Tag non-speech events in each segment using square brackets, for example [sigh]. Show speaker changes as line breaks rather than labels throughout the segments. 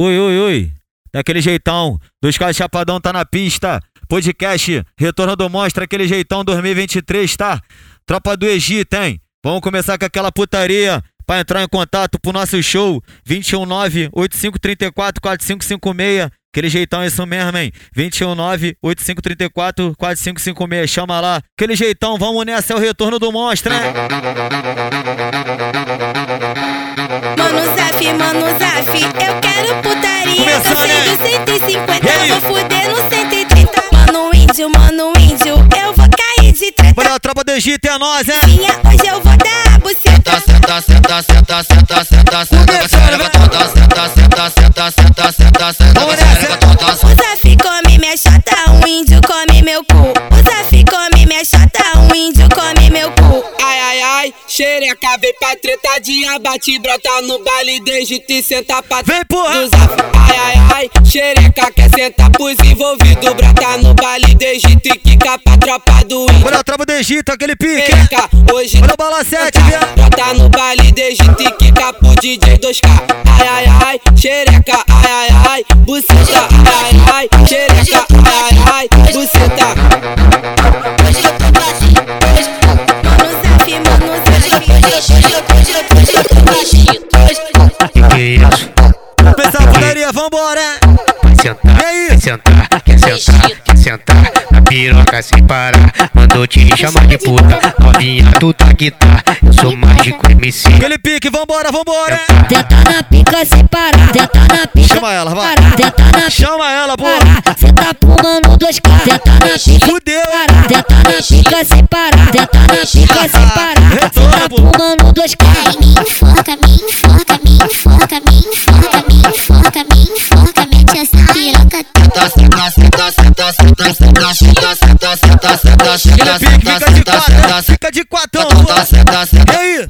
Ui, ui, ui. Daquele jeitão. Dos caras Chapadão tá na pista. Podcast Retorno do Mostra, aquele jeitão 2023, tá? Tropa do Egito, hein? Vamos começar com aquela putaria. Pra entrar em contato pro nosso show, 219-8534-4556. Aquele jeitão é isso mesmo, hein? 219-8534-4556. Chama lá. Aquele jeitão, vamos nessa, é o retorno do Mostra, hein?
Mano Zaf, mano Zaf, eu quero putaria. tá
Começou,
Cansei
né?
do 150,
E aí?
vou fuder no 130. Mano índio, mano índio, eu vou cair de treta.
Bora, tropa do Egito, é nós, hein?
Minha, hoje eu vou dar a buceta. O Zaf come minha chata, um índio come meu cu. O Zaf come minha chata, um índio come meu cu.
Ai, ai, ai, xereca, vem pra treta de abate, brota no baile desde te senta pra
Vem, porra!
do zap. Ai, ai, ai, xereca, quer sentar pros envolvidos, brota no baile desde te quica pra tropa do índio.
Bora, tropa do Egito, aquele pique.
Xereca, hoje
Bora, bala 7, viado.
Brota no baile desde te quica pro DJ 2K. Ai, ai, ai, xereca, ai, ai, ai, buceta. Ai, ai, ai, xereca, ai, ai, ai, buceta.
Mano Zaf, mano
Que que é isso?
Começar a putaria, vambora.
Vai sentar,
E aí?
vai sentar, quer sentar, quer sentar Na piroca sem parar Mandou te chamar de puta Novinha, tu tá que tá Eu sou mágico MC
Aquele pique, vambora, vambora.
Senta na pica sem parar, senta na pica
Chama ela, vai.
parar, senta na pica
Chama ela, porra.
parar, senta pro mano dos caras, senta na pica
Fudeu.
parar, senta na pica sem parar, senta na pica sem parar, senta pro mano dos caras.
Enfoca, me enfoca, me enfoca, me enfoca, me enfoca, me enfoca, mete essa piroca.
Aquele pique, fica de quatro, hein? fica de quatro. porra. E aí?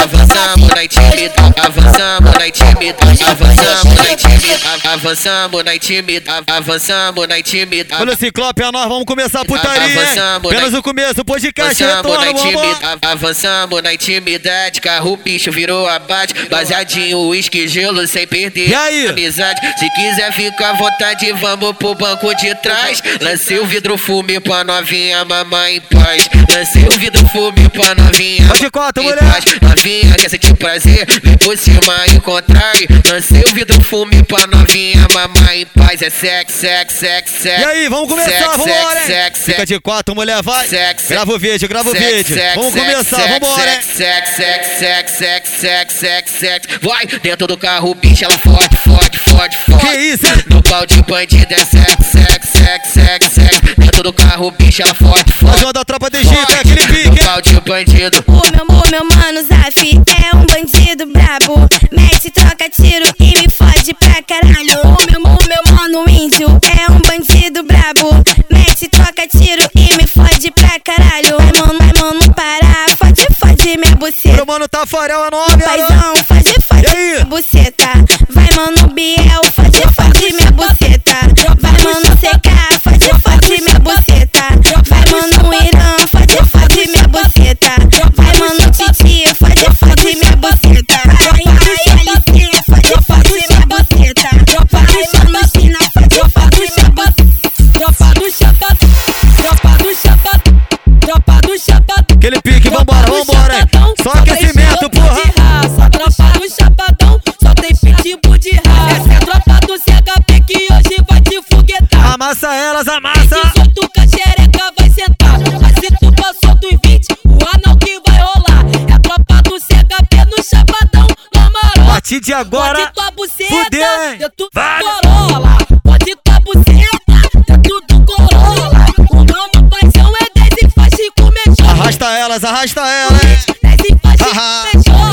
Avançamos na intimidade, avançamos na intimidade, avançamos na intimidade, avançamos na intimidade, avançamos na intimidade.
Olha o Ciclope, é nós, vamos começar a putaria, hein?
Avançamos,
Apenas o começo, o podcast
Avançamos na
retorno, vambora.
intimidade, avançamos na intimidade, carro bicho virou abate, baseadinho, uísque, gelo, sem perder
E aí?
a amizade. Se quiser ficar à vontade, vamos pro banco de trás. Lancei o vidro fume pra novinha mamãe em paz. Lancei o vidro fume pra novinha
Vai de quatro,
mamar em
mulher.
paz. Novinha quer sentir prazer, vem por cima e contrai. Lancei o vidro fume pra novinha mamãe em paz. É sex, sex, sex, sex.
E aí, vamos começar,
Sex,
vambora.
sex,
hein?
sex,
Fica
sex.
de quatro, mulher, vai.
Sex, sex.
Grava o vídeo, grava o
Sex,
vídeo.
sex,
Tá Vamos
sex,
começar,
sex,
vambora. hein?
Sex, sex, sex, sex, sex, sex, sex, sex. Vai dentro do carro, bicha, ela fode, fode, fode, fode.
Que isso, hein?
No pau de bandida é sex, sex, sex, sex, sex. Dentro do carro, bicha, ela fode,
Nós
fode.
vamos da tropa do Egito, é aquele
fode.
pique.
No
hein?
pau de bandido.
O meu, o meu mano Zaf é um bandido brabo Mete, troca, tiro e me fode pra caralho O meu, o meu mano índio é um bandido brabo Mete, troca, tiro e me fode pra caralho Vai mano, vai mano, para, fode, fode minha buceta
Pro mano Tafarel é nove, alô.
Paizão, fode,
E
fode
aí?
minha buceta Vai mano Biel, fode, fode minha buceta Vai mano CK, fode, fode minha buceta Vai mano Irã, fode, fode minha buceta Vai mano Titi, fode, fode minha buceta Vai ai Alice, fode, fode minha buceta Vai mano China, fode, fode minha buceta
Tropa do chata, tropa do chata, tropa do chata.
Aquele pique, vambora, vambora. Só aquecimento, porra.
Raça, tropa do chapadão, só tem pitbull de raça. Essa é a tropa do CHP que hoje vai te foguetar.
Amassa elas,
Tem
amassa.
18 com a xereca vai sentar. Mas se tu passou dos 20, o anal que vai rolar. É a tropa do CHP no chapadão, na
A
marola.
partir de
Pode
agora,
tua buceta
fudeu, hein?
dentro
Vale.
do Corolla. Pode tua buceta dentro do Corolla. O nome paixão é 10 e faz Chico Mejor.
arrasta elas, arrasta elas.
10 e faz
Ahá.
Chico Mejor.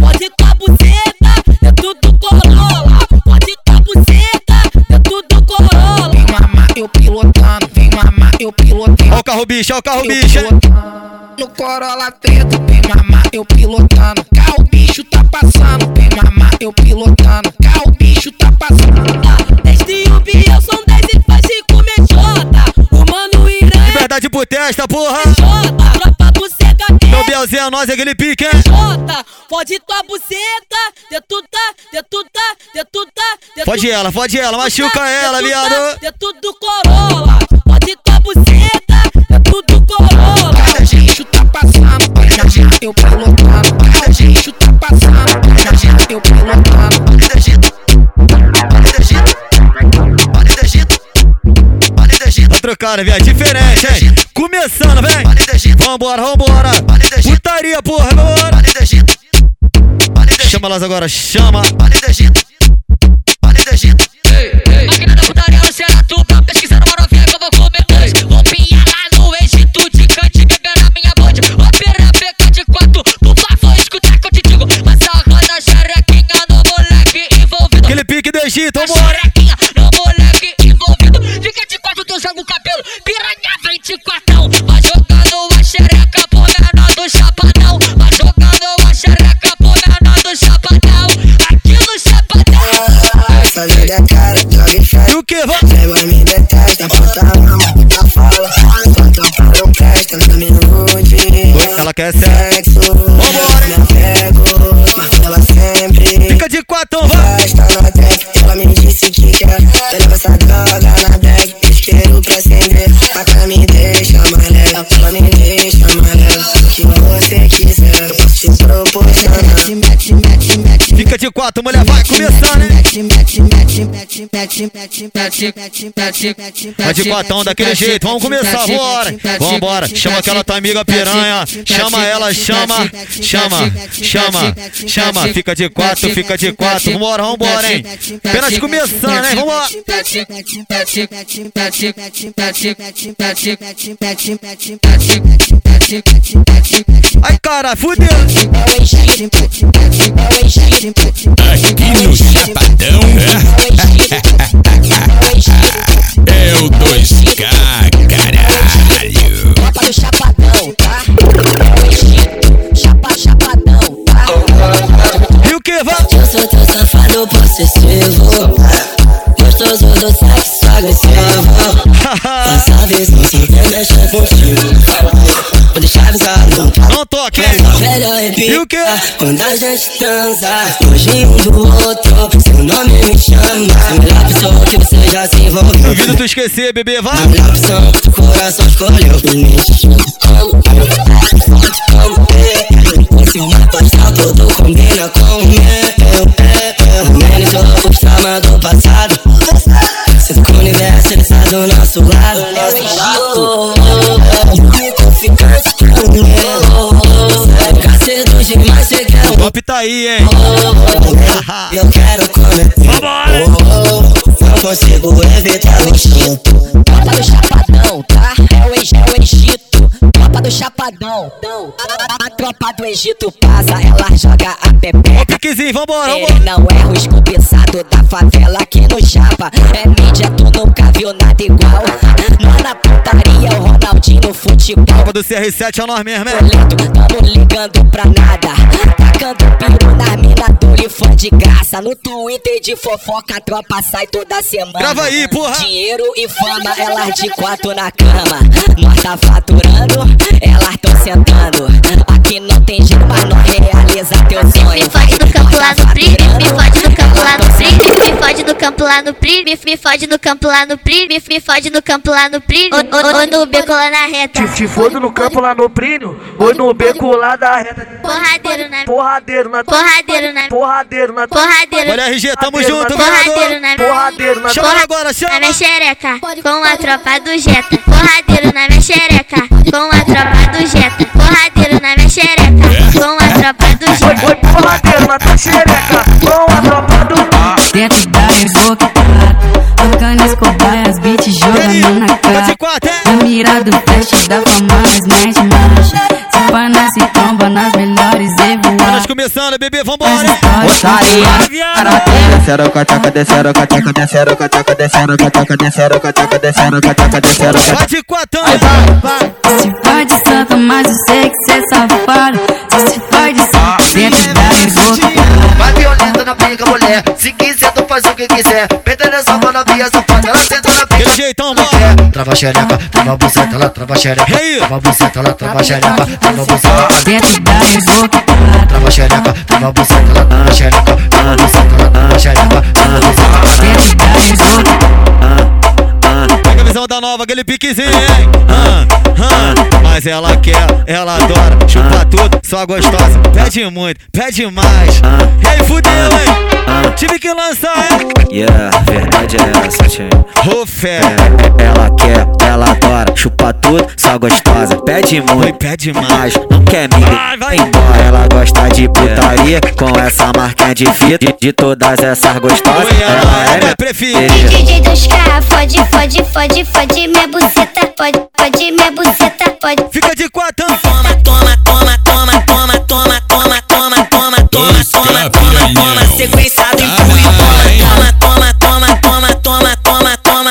Pode tua buceta dentro do Corolla. Pode tua buceta dentro do Corolla.
Vem mamar, eu pilotando. Vem mamar, eu
Ó
pilotando.
o carro bicho, ó o carro
Eu
bicho. hein?
pilotando. No Corolla preto, vem mamar, eu pilotando. Carro bicho tá passando, vem mamar, eu pilotando. Carro bicho tá passando.
Desde o Biel são 10 e faz Chico Mejor. O mano Irã é
Liberdade pro pro testa, porra!
Jota, tropa buceta,
Meu
pé,
Belzinho, nós é aquele pique, hein?
Jota, fode tua buceta, detuta, detuta, detuta, detuta.
Fode ela, fode ela, machuca ela,
detuta,
viado!
Detuta do Corolla, fode tua buceta, detuta do Corolla.
Olha, gente, tá passando. Olha, gente, eu pilotando. Olha, gente, tá passando. Olha, gente, eu pilotando. Olha, gente. Olha, gente. Olha, gente. Olha, gente.
Outra cara, Tá viado, diferente, hein? Começando, vem!
Olha, gente.
Vambora, vambora! Putaria, porra, vambora!
Olha, gente.
Chama elas agora, chama!
Olha, gente. Olha, gente.
Máquina da putaria, Luciana Tupla tá Pesquisando uma novinha que eu vou comer hoje Roupinha lá no Egito, de cante, bebendo a minha bonde Opera, peca de quatro, por favor, escuta que eu te digo Passa a roda, xerequinha no moleque envolvido
Aquele pique do Egito, vambora!
Xerequinha no moleque envolvido Fica de quatro, tu joga o cabelo, piranha 24 Vai jogando a xereca por menor do chapadão Vai jogando a xereca por menor do chapadão Aqui no chapadão
Só joga a cara, joga e faz.
E o que? Vamos!
Ela me detesta, falta a mão, ela fala. Enquanto a cara não presta, tá na um minute.
Ela quer ser.
Sexo, me apego, mas ela sempre.
Fica de quatro, vai!
Gasta na tag, ela me disse que quer Leva essa droga na bag, isqueiro pra acender Faca me deixa malega, ela me deixa malega O que você quiser, eu posso te proporcionar
Fica de quatro, mulher, vai começar, né? Vai de quatão daquele jeito, vamos começar, bora! Vambora, chama aquela tua amiga piranha, chama ela, chama, chama, chama, chama, fica de quatro, fica de quatro, vambora, vambora, hein? Apenas começando, hein? Vambora! Ai, cara, fudeu!
Aqui no Chapadão é o 2K, caralho.
Tropa do Chapadão, tá? É o Egito, Chapa Chapadão, tá?
E o que, vai?
Eu sou teu safado possessivo Gostoso do sexo agressivo Faça a visão sem ter mexer contigo Vou deixar avisado, não tá
[laughs] Não toque, hein?
Essa velha arrepia
E o quê?
Quando a gente transa Longe um do outro Seu nome me chama Sou a melhor pessoa que você já se envolveu
Duvido tu esquecer, bebê, vai!
a melhor opção, seu coração escolheu por mim. Esse mapa está todo combina com o meu. Menos eu vou chamar do passado. Se o universo está do nosso lado. Fica ficante com o meu. Sabe, Cacete demais, você quer um
Top tá aí, hein?
e Eu quero comer. Oh, oh, não consigo evitar o instinto. Tropa do Chapadão, tá? É o, Eg- é o Egito. Tropa do Chapadão. A, a- a tropa do Egito passa, ela joga a
Ó, o
pepeca.
piquezinho, vambora,
Ele
vambora!
não é o escobiçado da favela aqui no Chapa. É mídia, tu nunca viu nada igual. Lá na putaria, o Ronaldinho futebol.
Copa do CR7 é nós mesmo, hein?
Boleto, tamo ligando pra nada. Tacando piro na mina do Lifan de graça. No Twitter de fofoca, a tropa sai toda semana.
Grava aí, porra!
Dinheiro e fama, elas de quatro na cama. Nós tá faturando, elas tão sentando. Aqui não tem jeito, mas nós realiza teu sonho.
Me fode
tá
no campo lá no PRI, me fode no campo lá no PRI,
frio.
me fode no campo lá no PRI, me, me fode no campo lá no PRI, me, me fode no campo lá no PRI, ou, ou, ou no beco lá na reta.
Te fodo no campo lá no Plínio, ou no beco lá da reta. né?
Porradeiro na
Porradeiro na
porradeiro na
Porradeiro na
porradeiro
Olha, RG, tamo
Porradeiro,
junto,
porradeiro
vereador!
na
Porradeiro na
Chama ela agora,
na minha
chama!
xereca, com a tropa do Jetta. Porradeiro na minha xereca, com a tropa do Jetta. Porradeiro na minha xereca, com a tropa do
Foi,
Jetta.
foi porradeiro na tua xereca, com a tropa do
Dentro da reboca, tocando as cobaias, beat
E aí? Tá de quatro, hein?
Mira do flash da fama, mas mexe, mexe. Se panas e tomba nas melhores e
Nós começando, bebê, vambora! hein? Vai, viado!
Desceram, cachaca, desceram, cachaca, desceram, cachaca, desceram, cachaca, desceram, cachaca, desceram, cachaca, desceram,
Vai de quatro, hein?
Se vai de santa, mas eu sei que cê é safado. Se se vai de santa, dentro da reboca.
Vai violenta na briga, mulher. Se quiser, tu faz o que quiser. Pedra é só na via safada, ela senta na
Aquele
briga.
jeitão, bora!
trava a xereca, trava a buceta, ela trava a xereca, trava a buceta, ela trava a xereca, trava a buceta. Dentro da revolta. Trava a xereca, trava a buceta, ela trava a xereca, trava a buceta, ela trava a xereca, trava a buceta. Dentro da
revolta. Pega a visão da nova, aquele piquezinho, hein? Ah, ah, Mas ela quer, ela adora, chupa tudo, só gostosa. Pede muito, pede mais. Ei, fudeu, hein? Tive que lançar, hein?
Yeah, a verdade é essa, tchê.
Ô, fé.
É, ela quer, ela adora, chupa tudo, só gostosa. Pede muito,
pede mais,
não quer mim. Embora ela gosta de putaria, com essa marca de fita, de, de todas essas gostosas. Ela é minha preferida.
DJ dos K, fode, fode, fode, fode minha buceta, pode, pode minha buceta, pode.
Fica de quatro.
Toma, toma, toma, toma, toma, toma, toma, toma, toma, toma,
é
toma, toma, toma, sequência do punho. Toma, toma, toma, toma, toma, toma, toma, toma,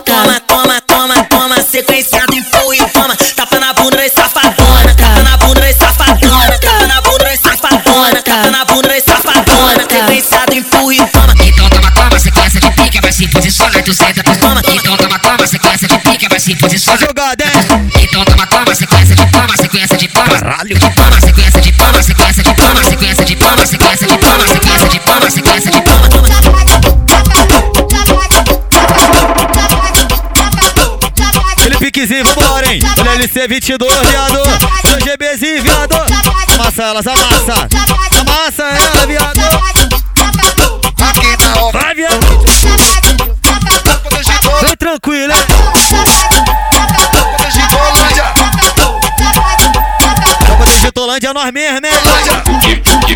toma, toma, toma, toma, sequência do punho. Toma, tapa na bunda e safadona, tapa na bunda e safadona, tapa na bunda e safadona, tapa na bunda e safadona, sequência do punho. Toma,
Então toma toma, sequência de pica, vai se posicionar, tu senta, tu toma. Então toma toma, sequência de pica, vai se posicionar.
Jogada,
Então toma toma, sequência de toma, sequência de toma. Caralho. De toma, sequência de toma, sequência de toma, sequência de toma, sequência de toma, sequência de toma, sequência de toma.
Aquele piquezinho, vambora, hein? Olha LC22, viado. Olha GBzinho, viado. Amassa elas, amassa. Amassa ela, viado. Vai, viado. Vem tranquilo, hein? Tropa de Vitolândia, nós mesmo, hein?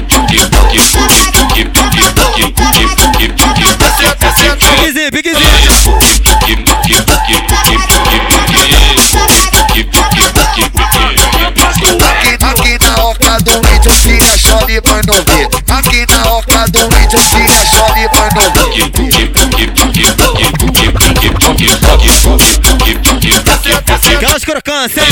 Piquezinho, piquezinho.
Aqui, aqui na oca do índio se achou e mano ver. Aqui na oca do índio se achou e mano ver.
Aquelas crocâncias.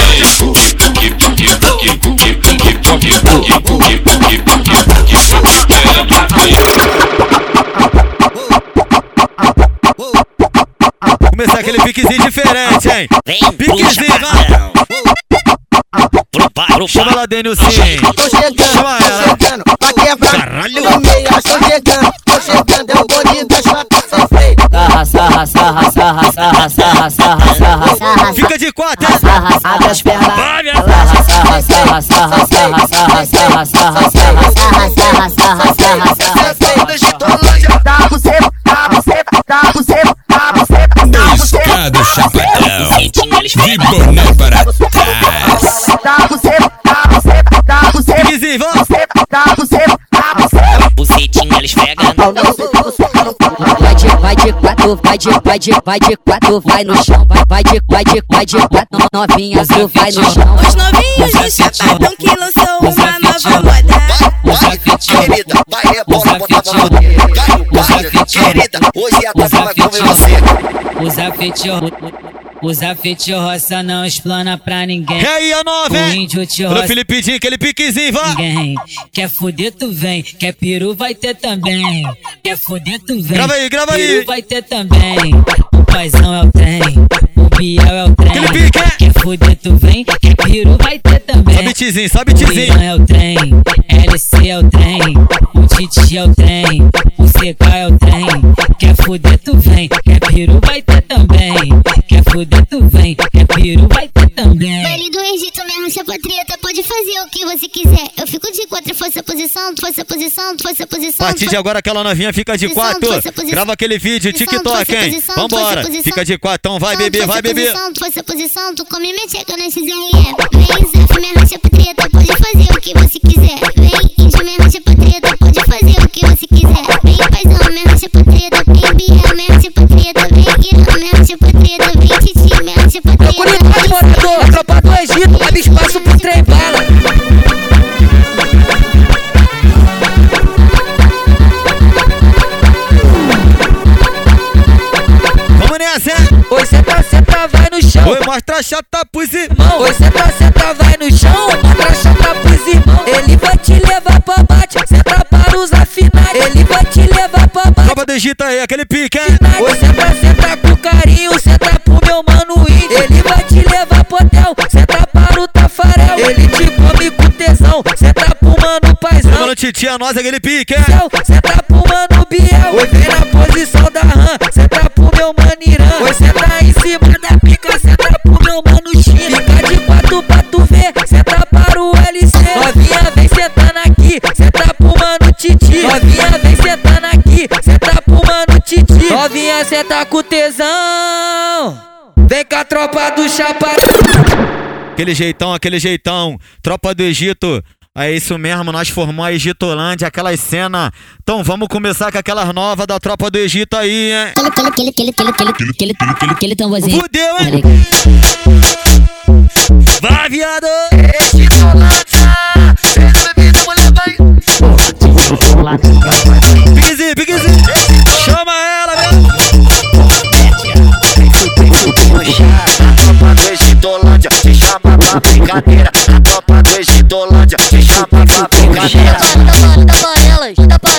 Começar aquele piquezinho diferente, hein? Vem, piquezinho, vai. Chama lá, Denilzinho.
Tô chegando,
Chama ela.
tô chegando, pra quebrar. Caralho. No meio, tô chegando, tô chegando, eu vou lhe deixar sofrer. Sarra, sarra, sarra, sarra, sarra, sarra, sarra, sarra, sarra.
Fica de quatro,
Sarra, abre as pernas. Sarra, sarra, sarra, sarra, sarra, sarra, sarra, sarra, sarra, sarra, sarra, sarra, sarra, sarra. Dá buceta, dá buceta, dá buceta, dá buceta, dá buceta,
Pescado chapadão. De boné para trás.
dá buceta, dá buceta, dá buceta. Buceta, dá buceta, dá buceta.
Bucetinha, eles pegam.
Vai de, vai de quatro, vai de, vai de, vai de quatro, vai no chão, vai, vai de, vai de, vai de quatro, novinha azul, vai no chão.
Os novinhos do Chapadão que lançou uma nova moda.
Vai, querida, vai rebola, botava no dedo. Vai, vai, querida, hoje a taça vai comer você.
Usa fetior, usa fetiorroça, não explana pra ninguém.
E aí, a nova,
O
hein?
índio te
Olha o
roça.
Filipidinho, aquele piquezinho, vai.
Ninguém. Quer fuder, tu vem. Quer peru, vai ter também. Quer fuder, tu vem.
Grava aí, grava aí.
Peru vai ter também. O paizão é o trem. O Biel é o trem. Quer fuder, tu vem. Quer peru, vai ter também.
Sobe tizinho, sobe tizinho.
O Ian é o trem. LC é o trem. O Titi é o trem. O CK é o trem. Quer fuder, tu vem. Quer peru, vai ter também. Quer fuder, tu vem. Quer peru, vai ter também.
Vale do Egito, minha racha patriota, pode fazer o que você quiser. Eu fico de quatro, força posição, força posição, força
A
posição.
partir de agora aquela novinha fica de
Posição,
quatro.
força, posição.
Grava aquele vídeo,
Posição,
TikTok,
força,
hein?
posição,
Vambora.
força, posição.
Fica de quatro, então vai beber, vai beber.
Posição, força posição, tu come minha tcheca na XRE. Vem, Zaf, minha racha patriota, pode fazer o que você quiser. Vem, Índio, minha racha patriota, pode fazer o que você quiser. Vem, Paizão, minha racha patriota, vem, Biel, minha racha patriota, vem, Irã, minha racha patriota, vem, Titi, minha racha patriota.
Curitiba de morador, a tropa do Egito, abre espaço pro trem bala.
Vamos nessa, hein?
Oi, senta, senta, vai no chão.
Oi, mostra a chata pros
irmão. Oi, senta, senta, vai no chão. Mostra a chata pros irmão. Ele vai te levar pra bate. Senta para os afinados. Ele vai te levar pra bate. é
Tropa do Egito aí, aquele pique, hein?
Oi, senta, senta pro carinho. Senta pro meu mano índio.
levar pro hotel, senta para o tafarel. Ele te come com tesão, senta pro mano paizão.
Mano, titia, nós é aquele pique, é?
Senta pro mano tá Biel. Oi, vem na posição da RAM, senta pro meu manirã. Oi, senta tá em cima da pica, senta pro meu mano China. Fica de quatro pra tu ver, senta para o LC. Novinha, vem sentando aqui, senta pro mano Titi. Novinha, vem sentando aqui, senta pro mano Titi. Novinha, senta com tesão. Vem com a tropa do chapadão.
Aquele jeitão, aquele jeitão. Tropa do Egito. É isso mesmo, nós formamos a Egitolândia, aquelas cenas. Então vamos começar com aquelas novas da Tropa do Egito aí, hein?
Aquele, aquele, aquele, aquele, aquele, aquele, aquele, aquele tamborzinho.
Fudeu, hein? Vai, viado! Piquezinho, piquezinho! Chama ela,
A tropa do Egitolândia se chama pra brincadeira. A tropa do Egitolândia se chama pra brincadeira.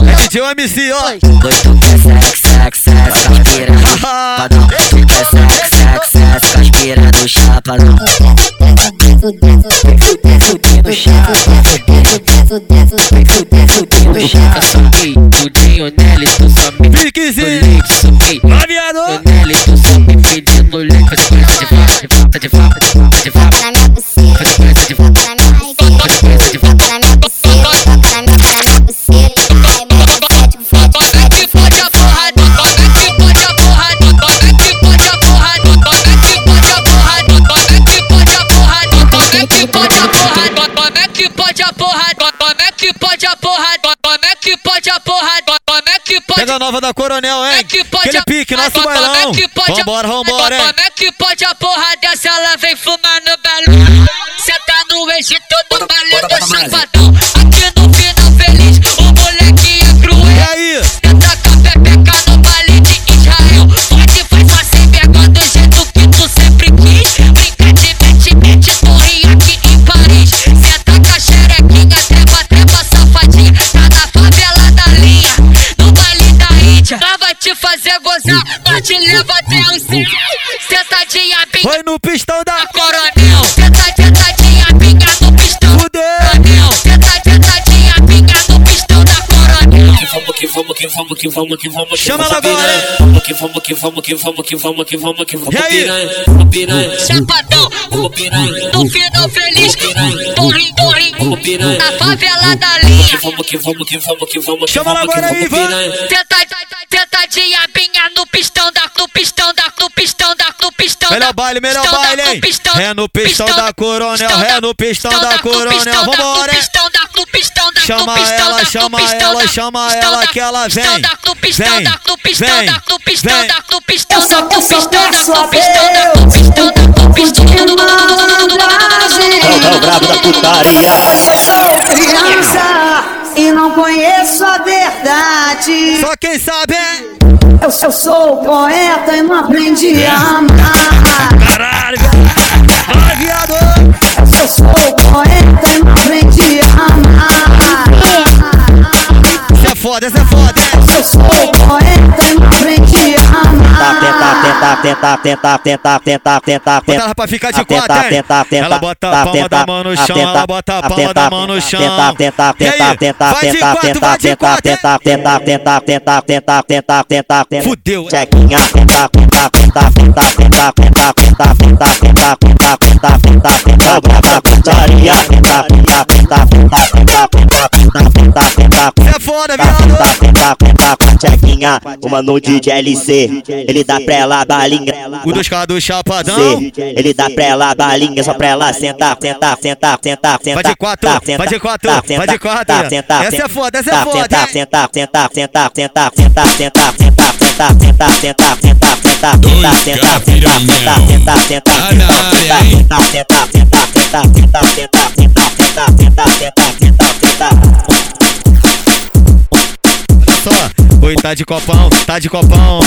É DJ MC, ó!
Pois tu quer sexo, sexo, sexo, caspira do
Ah,
chapadão. Tu quer sexo, sexo, sexo, caspira do chapadão. Eu sou gay, tu tem o Nelly, tu só me Piquezinho! Tu sou gay,
Vai, viado!
É,
o Nelly, tu só me pedindo leite. Faz coisa de vaca, de vaca, de vaca, de vaca, de vaca. Faz coisa de vaca, faz coisa de vaca.
Pega a nova da Coronel,
É
hein? Aquele pique, nosso bailão. Vambora, vambora, hein?
Como é que pode a porra dessa? Ela vem fumando balão. Cê tá no Egito do balé do chapadão. Aqui no final feliz, o moleque é cruel. E
aí?
Entra com a pepeca no baile de Israel. Pode faz só sem vergonha do jeito que tu sempre quis. Brinca de mete, mete, torre aqui em Paris. Senta com a xerequinha, treva, treva, safadinha. Tá na favela da linha, no baile da Índia. Lá vai te fazer gozar, nós te leva até o céu. Sentadinha, bem
Foi no pistão da
[laughs] coronel. Senta, sentadinha, pinga no pistão. Coronel. Senta, sentadinha, pinga no pistão da coronel.
Vamos que vamos que vamos que vamos que vamos
Chama ela agora.
Vamos que vamos que vamos que vamos que vamos que vamos que vamos
E aí?
piranha, vamos piranha,
Chapadão,
vamos piranha,
no final feliz. Torre, torre,
vamos piranha.
na favela da linha.
Vamos que vamos que vamos que vamos que
Chama ela
vamos que
agora aí,
vamos
vai.
piranha.
Tenta, tenta de abinha no pistão da, no pistão da, no pistão da, no pistão da.
Melhor baile, melhor
pistão da-
baile,
no
hein?
pistão-
Ré no pistão da Coronel, ré no pistão da Coronel. Vambora, hein?
Pistão da, no pistão da, no
Chama
pistão da,
ela, chama ela, chama ela que ela vem. Vem, vem, vem.
pistão da, no pistão da, no pistão da, no pistão da, no pistão da, no pistão da.
da putaria.
Sou criança e não conheço a verdade.
Só quem sabe é.
Eu, eu sou poeta e não aprendi a amar.
Caralho, Vai, viado!
Eu sou poeta e não aprendi a amar.
Essa é foda, essa é foda.
Eu sou poeta e não aprendi a amar.
Tenta, tenta, tenta, tenta, tenta, tenta,
Bota
tenta.
ela pra ficar de
Atenta,
quatro, hein?
atenta, atenta,
Ela bota a palma
atenta,
da mão no chão,
atenta,
ela bota a palma da
atenta,
mão no
atenta,
chão.
atenta,
E aí?
atenta, atenta,
Vai de
atenta,
quatro,
atenta,
vai de
atenta,
quatro, hein?
atenta, atenta, atenta, atenta, atenta, atenta, atenta.
Fudeu.
Chequinha, atenta, atenta, atenta, atenta, atenta, atenta, atenta, atenta, atenta, atenta, atenta, atenta, atenta, atenta, putaria. Atenta, atenta, atenta, atenta, atenta, atenta, atenta, atenta, atenta.
É foda, viado!
Tá, tá, tá, tá, chequinha, uma nude de LC. Ele dá pra ela a balinha.
O dos caras do Chapadão.
C. Ele dá pra ela a balinha, só pra ela sentar, sentar, sentar, sentar, sentar.
Vai de quatro,
tá, sentar,
vai de quatro,
tá,
vai
sentar,
de quatro.
tá, sentar,
Essa é foda, essa é
tá,
foda,
Sentar, sentar, sentar, sentar, sentar, sentar, sentar, sentar, sentar, sentar, sentar, sentar, sentar, sentar, sentar, sentar, sentar, sentar, sentar, sentar, sentar, sentar, sentar, sentar, sentar, sentar, sentar, sentar, sentar, sentar, sentar, sentar.
Só. Oi, tá de copão, tá de copão.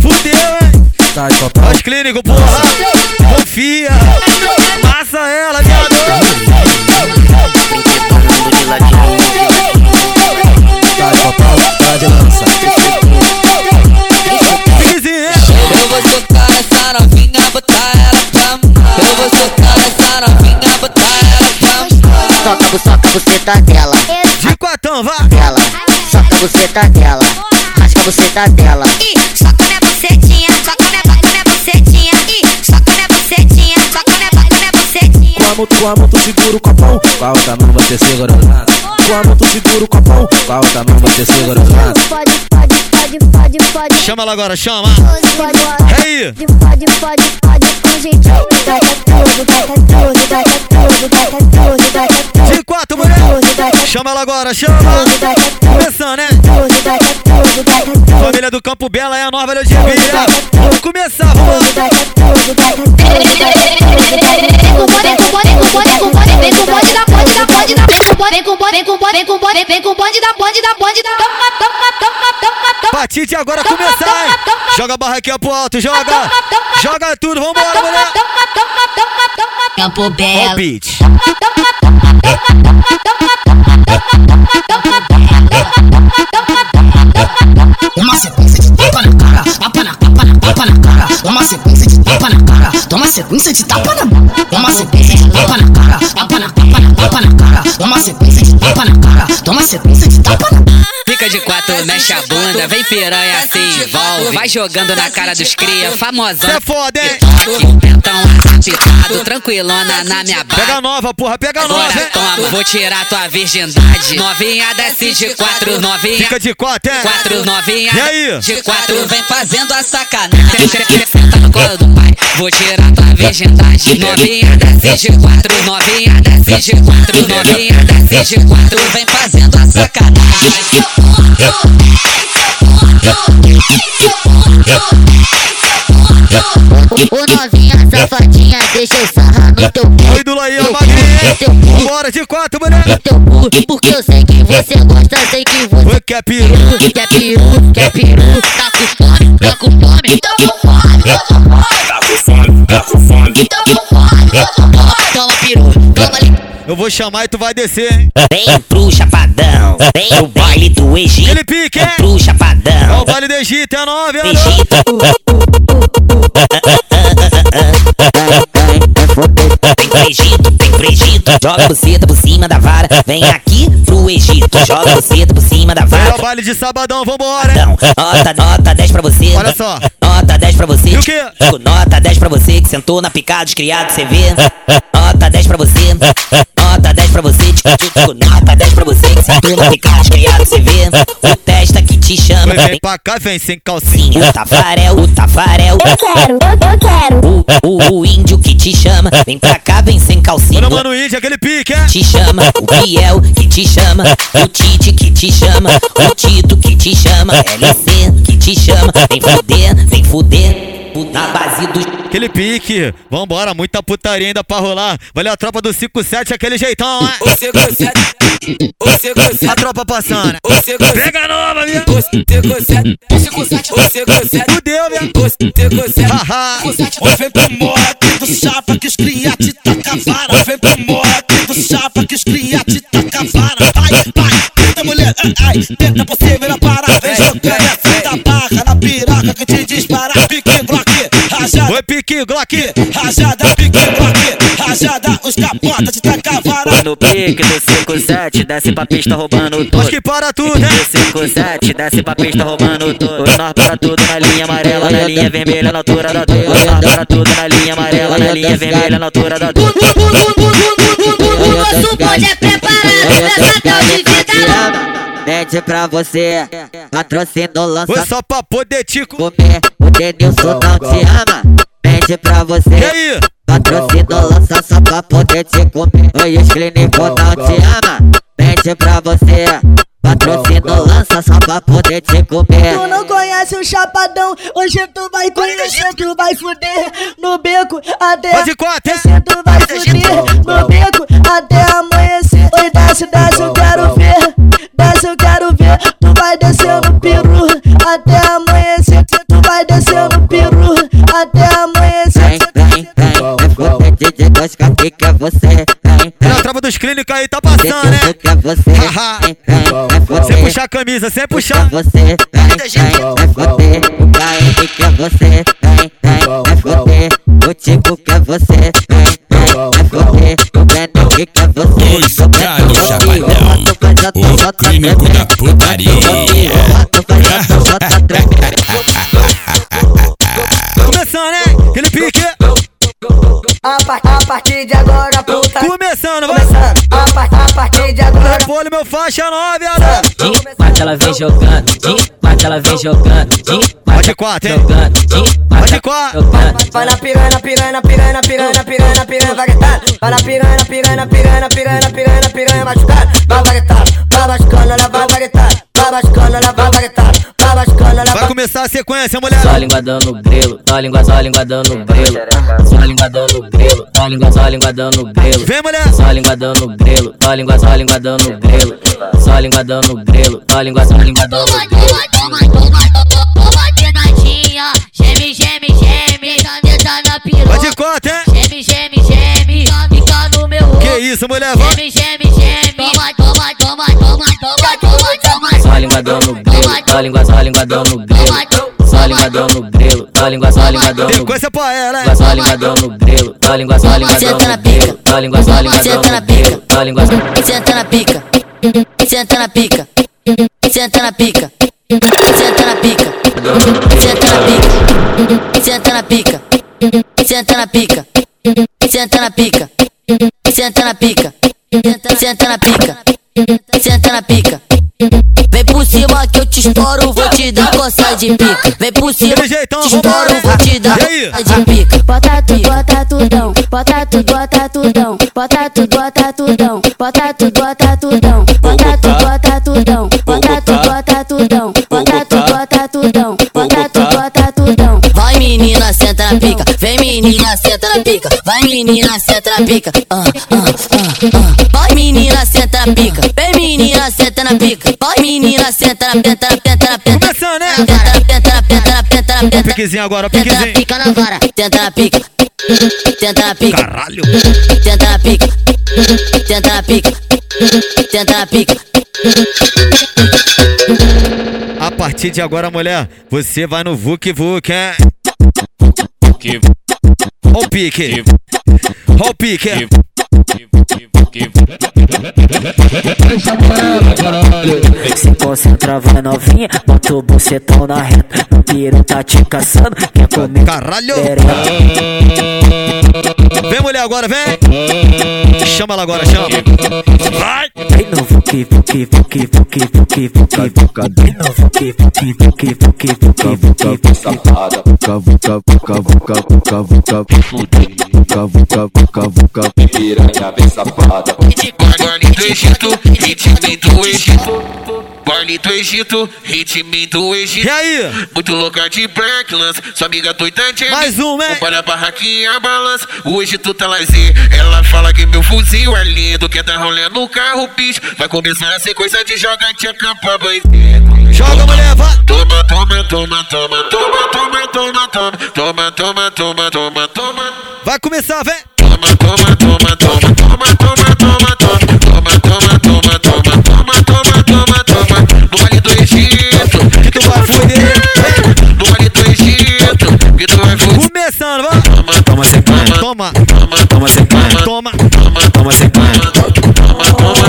Fudeu, hein?
Tá de copão.
Os clínicos, porra. Confia. Passa ela, viado.
Tá de copão, tá de lança.
Eu
vou socar essa novinha, botar ela pra amar. Eu vou
Soca buçoca, buceta dela.
De quatão, vá!
Dela. Soca buceta dela. Rasca buceta dela.
Ih, soca minha bucetinha, soca minha, soca minha bucetinha. Ih, soca minha bucetinha, soca minha, soca minha bucetinha.
Como tu amo, tu segura o copão. Com a outra mão você segura o lado. Como tu segura o copão. Com a outra mão você segura o lado.
Pode, pode, pode, pode, pode.
Chama ela agora, chama!
Pode, pode,
Aí!
pode, pode, pode, com gente. Taca tudo, taca tudo, taca tudo, taca tudo, taca tudo.
De quatro, mulher! Chama ela agora, chama! Começando, né? Família do Campo Bela é a nova de Vamos começar, vamos!
Vem com o bonde da bonde da bonde da vem com o bonde- vem com o bonde- vem com o bonde- vem com o bonde- vem com o bonde da bonde da bonde da toma toma toma toma
A partir de agora começar, hein? Joga a barraquinha pro alto, joga! Joga tudo, vambora, mulher!
Campo
Belo. Ó, o beat.
Uma sequência de tapa na cara. Tapa na, tapa na, tapa na cara. Uma sequência de tapa na cara. Uma sequência de tapa na Uma sequência de tapa na cara. Tapa na, tapa na, tapa na cara. Uma sequência de tapa na cara. Uma sequência de tapa na
Fica de quatro, mexe a bunda, vem piranha, se envolve. Vai jogando na cara dos cria, famosão.
Cê é foda, hein?
Então apitado, tranquilona na minha barra.
Pega nova, porra, pega
Agora
nova, hein?
toma, vou tirar tua virgindade. Novinha desce de quatro, novinha.
Fica de quatro, é?
Quatro, novinha.
E aí?
De quatro, vem fazendo a [laughs] sacanagem. Senta no colo do pai, vou tirar tua virgindade. Novinha desce de quatro, novinha desce de quatro, novinha desce de quatro, vem fazendo a sacanagem.
Ô novinha safadinha, deixa eu sarrar no teu cu.
Oi, do é aí, ó, magrinha! Bora de quatro, mulher!
Porque eu sei que você gosta, sei que você
Oi, quer peru,
quer peru, quer peru. Tá com fome, tá com fome, tá com fome, tá com fome. Tá com fome, tá com fome, tá com fome, tá com fome. Toma peru, toma ali.
Eu vou chamar e tu vai descer, hein?
Vem pro chapadão, vem pro baile do Egito.
Ele pique, hein?
Pro chapadão.
É o Vale do Egito, é a nove, é a
Vem pro Egito, vem pro Egito. Joga a buceta por cima da vara. Vem aqui pro Egito. Joga a buceta por cima da
É
vara.
o baile de sabadão, vambora, hein?
tá
Nota, nota 10 pra você.
Olha só.
Nota 10 pra você. Nota 10 pra você que sentou na picada dos criados, você vê. Nota 10 pra você. Nota 10 pra você. Tico, tico, Nota 10 pra você que sentou na picada dos criados, você vê. O testa que te chama.
Oi, vem pra cá, vem sem calcinha.
O
tá
Tafarel, o Tafarel.
Eu quero,
eu, quero. O, o, o índio que te chama. Vem pra cá, vem sem calcinha.
Mano, mano, índio, aquele pique, hein?
Te chama, o Biel que te chama. O Tite que te chama. O Tito que te chama. LC que te chama. Vem fuder, vem fuder. fu- Na base do.
Aquele pique, vambora, muita putaria ainda pra rolar. Valeu a tropa do 57, aquele jeitão, né? A tropa passando. né? Pega nova, viu? Fudeu, viu? Haha.
Vem pro mote do chapa que os cria te taca vara. Vem pro mote do chapa que os tá cria te taca vara. Ai, pai, tenta mulher, ai, ai, tenta você, melhor parar. Vem jogando assim da barra na piroca que te dispara. Pique Glock, rajada.
Oi, pique Glock.
Rajada, pique Glock, rajada. Os capotas te taca vara.
Vai no pique do 57, desce pra pista roubando tudo.
Acho que para tudo, né?
57, desce pra pista roubando tudo. Nós para tudo na linha amarela, na linha vermelha, na altura da dor. Nós para tudo na linha amarela, na linha vermelha, na altura da dor.
O nosso bonde é preparado nessa tal de vida louca.
Pede pra você, patrocínio
Tá
lança.
Foi só pra poder te
comer. O Denilson não te ama. Pede pra você. Patrocínio lança só pra poder te comer. Oi, os clínicos não te ama. Pede pra você. Patrocínio lança só pra poder te comer.
Tu não conhece o Chapadão, hoje tu vai conhecer, tu vai fuder no beco até
Vai de quatro,
amanhecer, tu vai
tá
fuder no beco até amanhecer. Oi, desce, desce, eu
Tá
quero ver, desce, eu quero ver, tu vai
tá
descendo peru até amanhecer, tu vai descendo peru até amanhecer.
Você DJ Tosca, que que é você?
Olha a tropa dos clínicos aí, tá passando, né?
Que que é você?
Sem puxar a camisa, sem puxar.
Você é foder, o KM que é você, hein, hein, é foder, o Tico que é você, hein, hein, é foder, o Beto que é você, o
Clínico da putaria.
Começando, hein? Aquele pique.
A, par- a partir de agora, puta.
tá
Começando,
vai. A, par- a partir de agora.
Repolho, meu faixa é 9,
tá
Mas ela vem jogando, mas ela vem jogando,
pode quatro, hein?
Pode
quatro,
Vai na piranha, piranha, piranha, piranha, piranha, piranha, vai gritando. Vai na piranha, piranha, piranha, piranha, piranha, piranha, machucando. Vai, vai gritando. Vai machucando, ela vai, vai gritando. Vai machucando, ela vai, vai gritando. Vai machucando, ela vai.
Começar a sequência, mulher.
Só linguadão no grelo, só língua, só linguadão no grelo. Só linguadão no grelo, só língua, só linguadão no grelo.
Vem, mulher!
Só linguadão no grelo, só língua, só linguadão no grelo. Só linguadão no grelo, só língua, só linguadão no grelo.
Uma dedadinha, geme, geme, geme, tá dentro na piroca.
Pode conta, hein?
Geme, geme, geme, fica no meu rosto.
Que isso, mulher, vai.
Geme, geme, geme, toma, toma, toma, toma, toma, toma, toma.
Só linguadão no grelo, só língua, só linguadão no grelo. Só linguadão no grelo, só língua, só linguadão no grelo.
Sequência pra ela, hein?
Só linguadão no grelo, só língua, só linguadão no grelo. Só língua, só linguadão no grelo. Só língua, só
Senta na pica, senta na pica, senta na pica, senta na pica, senta na pica, senta na pica, senta na pica, senta na pica, senta na pica, senta na pica, senta na pica.
Vem por cima que eu te estouro, vou te dar coça de pica. Vem por cima,
Aquele
te estouro, vou te dar coça de pica.
Bota tu, bota tudão, bota tu, bota tudão, bota tu, bota tudão, bota tu, bota tudão, bota tu, bota tudão, bota tu, bota tudão, bota tu, bota tudão, bota tu, bota tudão. Vai menina, senta na pica, vem menina, senta na pica, vai menina, senta na pica, ah, ah, ah, ah. Vai menina, senta na pica, vem menina, senta na pica, vai menina, senta na penta, na penta, na penta. Começando, né? Penta, na penta, na penta, na penta, na penta.
Piquezinho agora,
Tenta na
piquezinho.
pica na vara, tenta na pica. Tenta na pica. Caralho. Tenta na pica. Tenta na pica. Tenta na pica.
A partir de agora, mulher, você vai no Vuk Vuk, hein? Ó o pique. Ó o pique.
Se concentra, vai novinha, bota o bucetão na reta. O piru tá te caçando, quer comer.
Caralho! Vem, mulher, agora, vem. Chama ela agora, chama. Vai!
Vem no vuki, vuki, vuki, vuki, vuki, vuki, vuki. Vem no vuki, vuki, vuki, vuki, vuki, vuki, vuki.
Cavuca, cavuca, cavuca, cavuca, cavuca, piranha bem safada.
Borne do Egito, ritmo do Egito. Borne do Egito, ritmo do Egito. E
aí?
Muito louca de Blacklands, sua amiga doida de.
Mais um, hein?
Olha a barraquinha, balança, o Egito tá lazer. Ela fala que meu fuzil é lindo, quer dar rolê no um carro, bicho. Vai começar a sequência de joga tchaca pra é banheiro.
Joga, mulher, vai!
Toma, toma, toma, toma, toma, toma, toma, toma, toma, toma, toma, toma, toma.
Vai começar, vem! é Começando, vai! Toma, toma, sequência. Toma! Toma, sequência. Toma! Toma, sequência.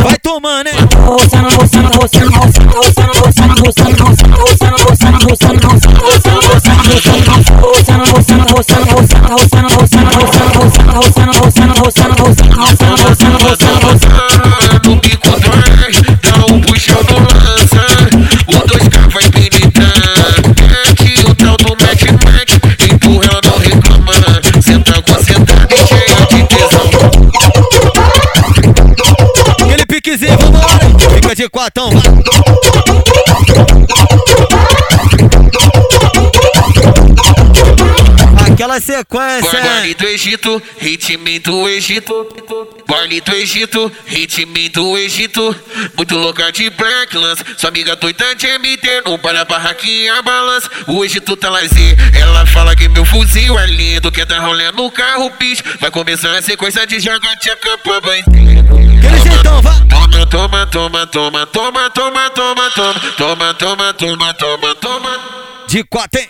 Vai tomando, hein?
Roçando, roçando, roçando, roçando, roçando, roçando, roçando, roçando, roçando, roçando, roçando, roçando, roçando, roçando, roçando, roçando, roçando, roçando, roçando, roçando, roçando, roçando, roçando, roçando, roçando, roçando, roçando, roçando, roçando, roçando, roçando.
Aquele piquezinho, vambora! Fica de quatão, vai! Aquela sequência,
Borne do Egito, ritmo do Egito. Borne do Egito, ritmo do Egito. Muito louca de Blacklands, sua amiga doida de MT. Não para a barraquinha, balança, o Egito tá lazer. Ela fala que meu fuzil é lindo, quer dar rolê no carro, bicho. Vai começar a sequência de joga tchaca pra banheiro.
Aquele jeitão, vai!
Toma, toma, toma, toma, toma, toma, toma, toma, toma, toma, toma, toma, toma.
De quatro, hein?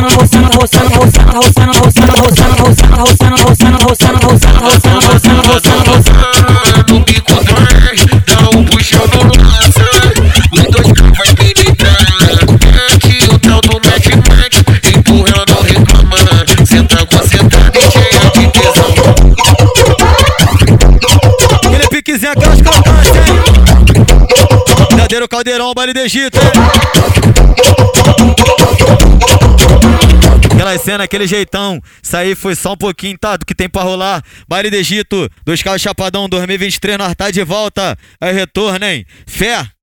roçando, roçando, roçando, roçando, roçando, roçando, roçando, roçando, roçando, roçando, roçando.
No bico do ar, dá um puxão no lança. Um, dois, três, vai penetrar. Aqui o tal do match match. Empurra, ela não reclama. Senta com a sentada e cheia de tesão.
Aquele piquezinho, aquelas crocâncias, é hein? Verdadeiro caldeirão, baile do Egito, hein? Aquelas cenas, aquele jeitão. Isso aí foi só um pouquinho, tá? Do que tem pra rolar. Baile do Egito, dos carros Chapadão 2023, nós tá de volta. É retorno, hein? Fé!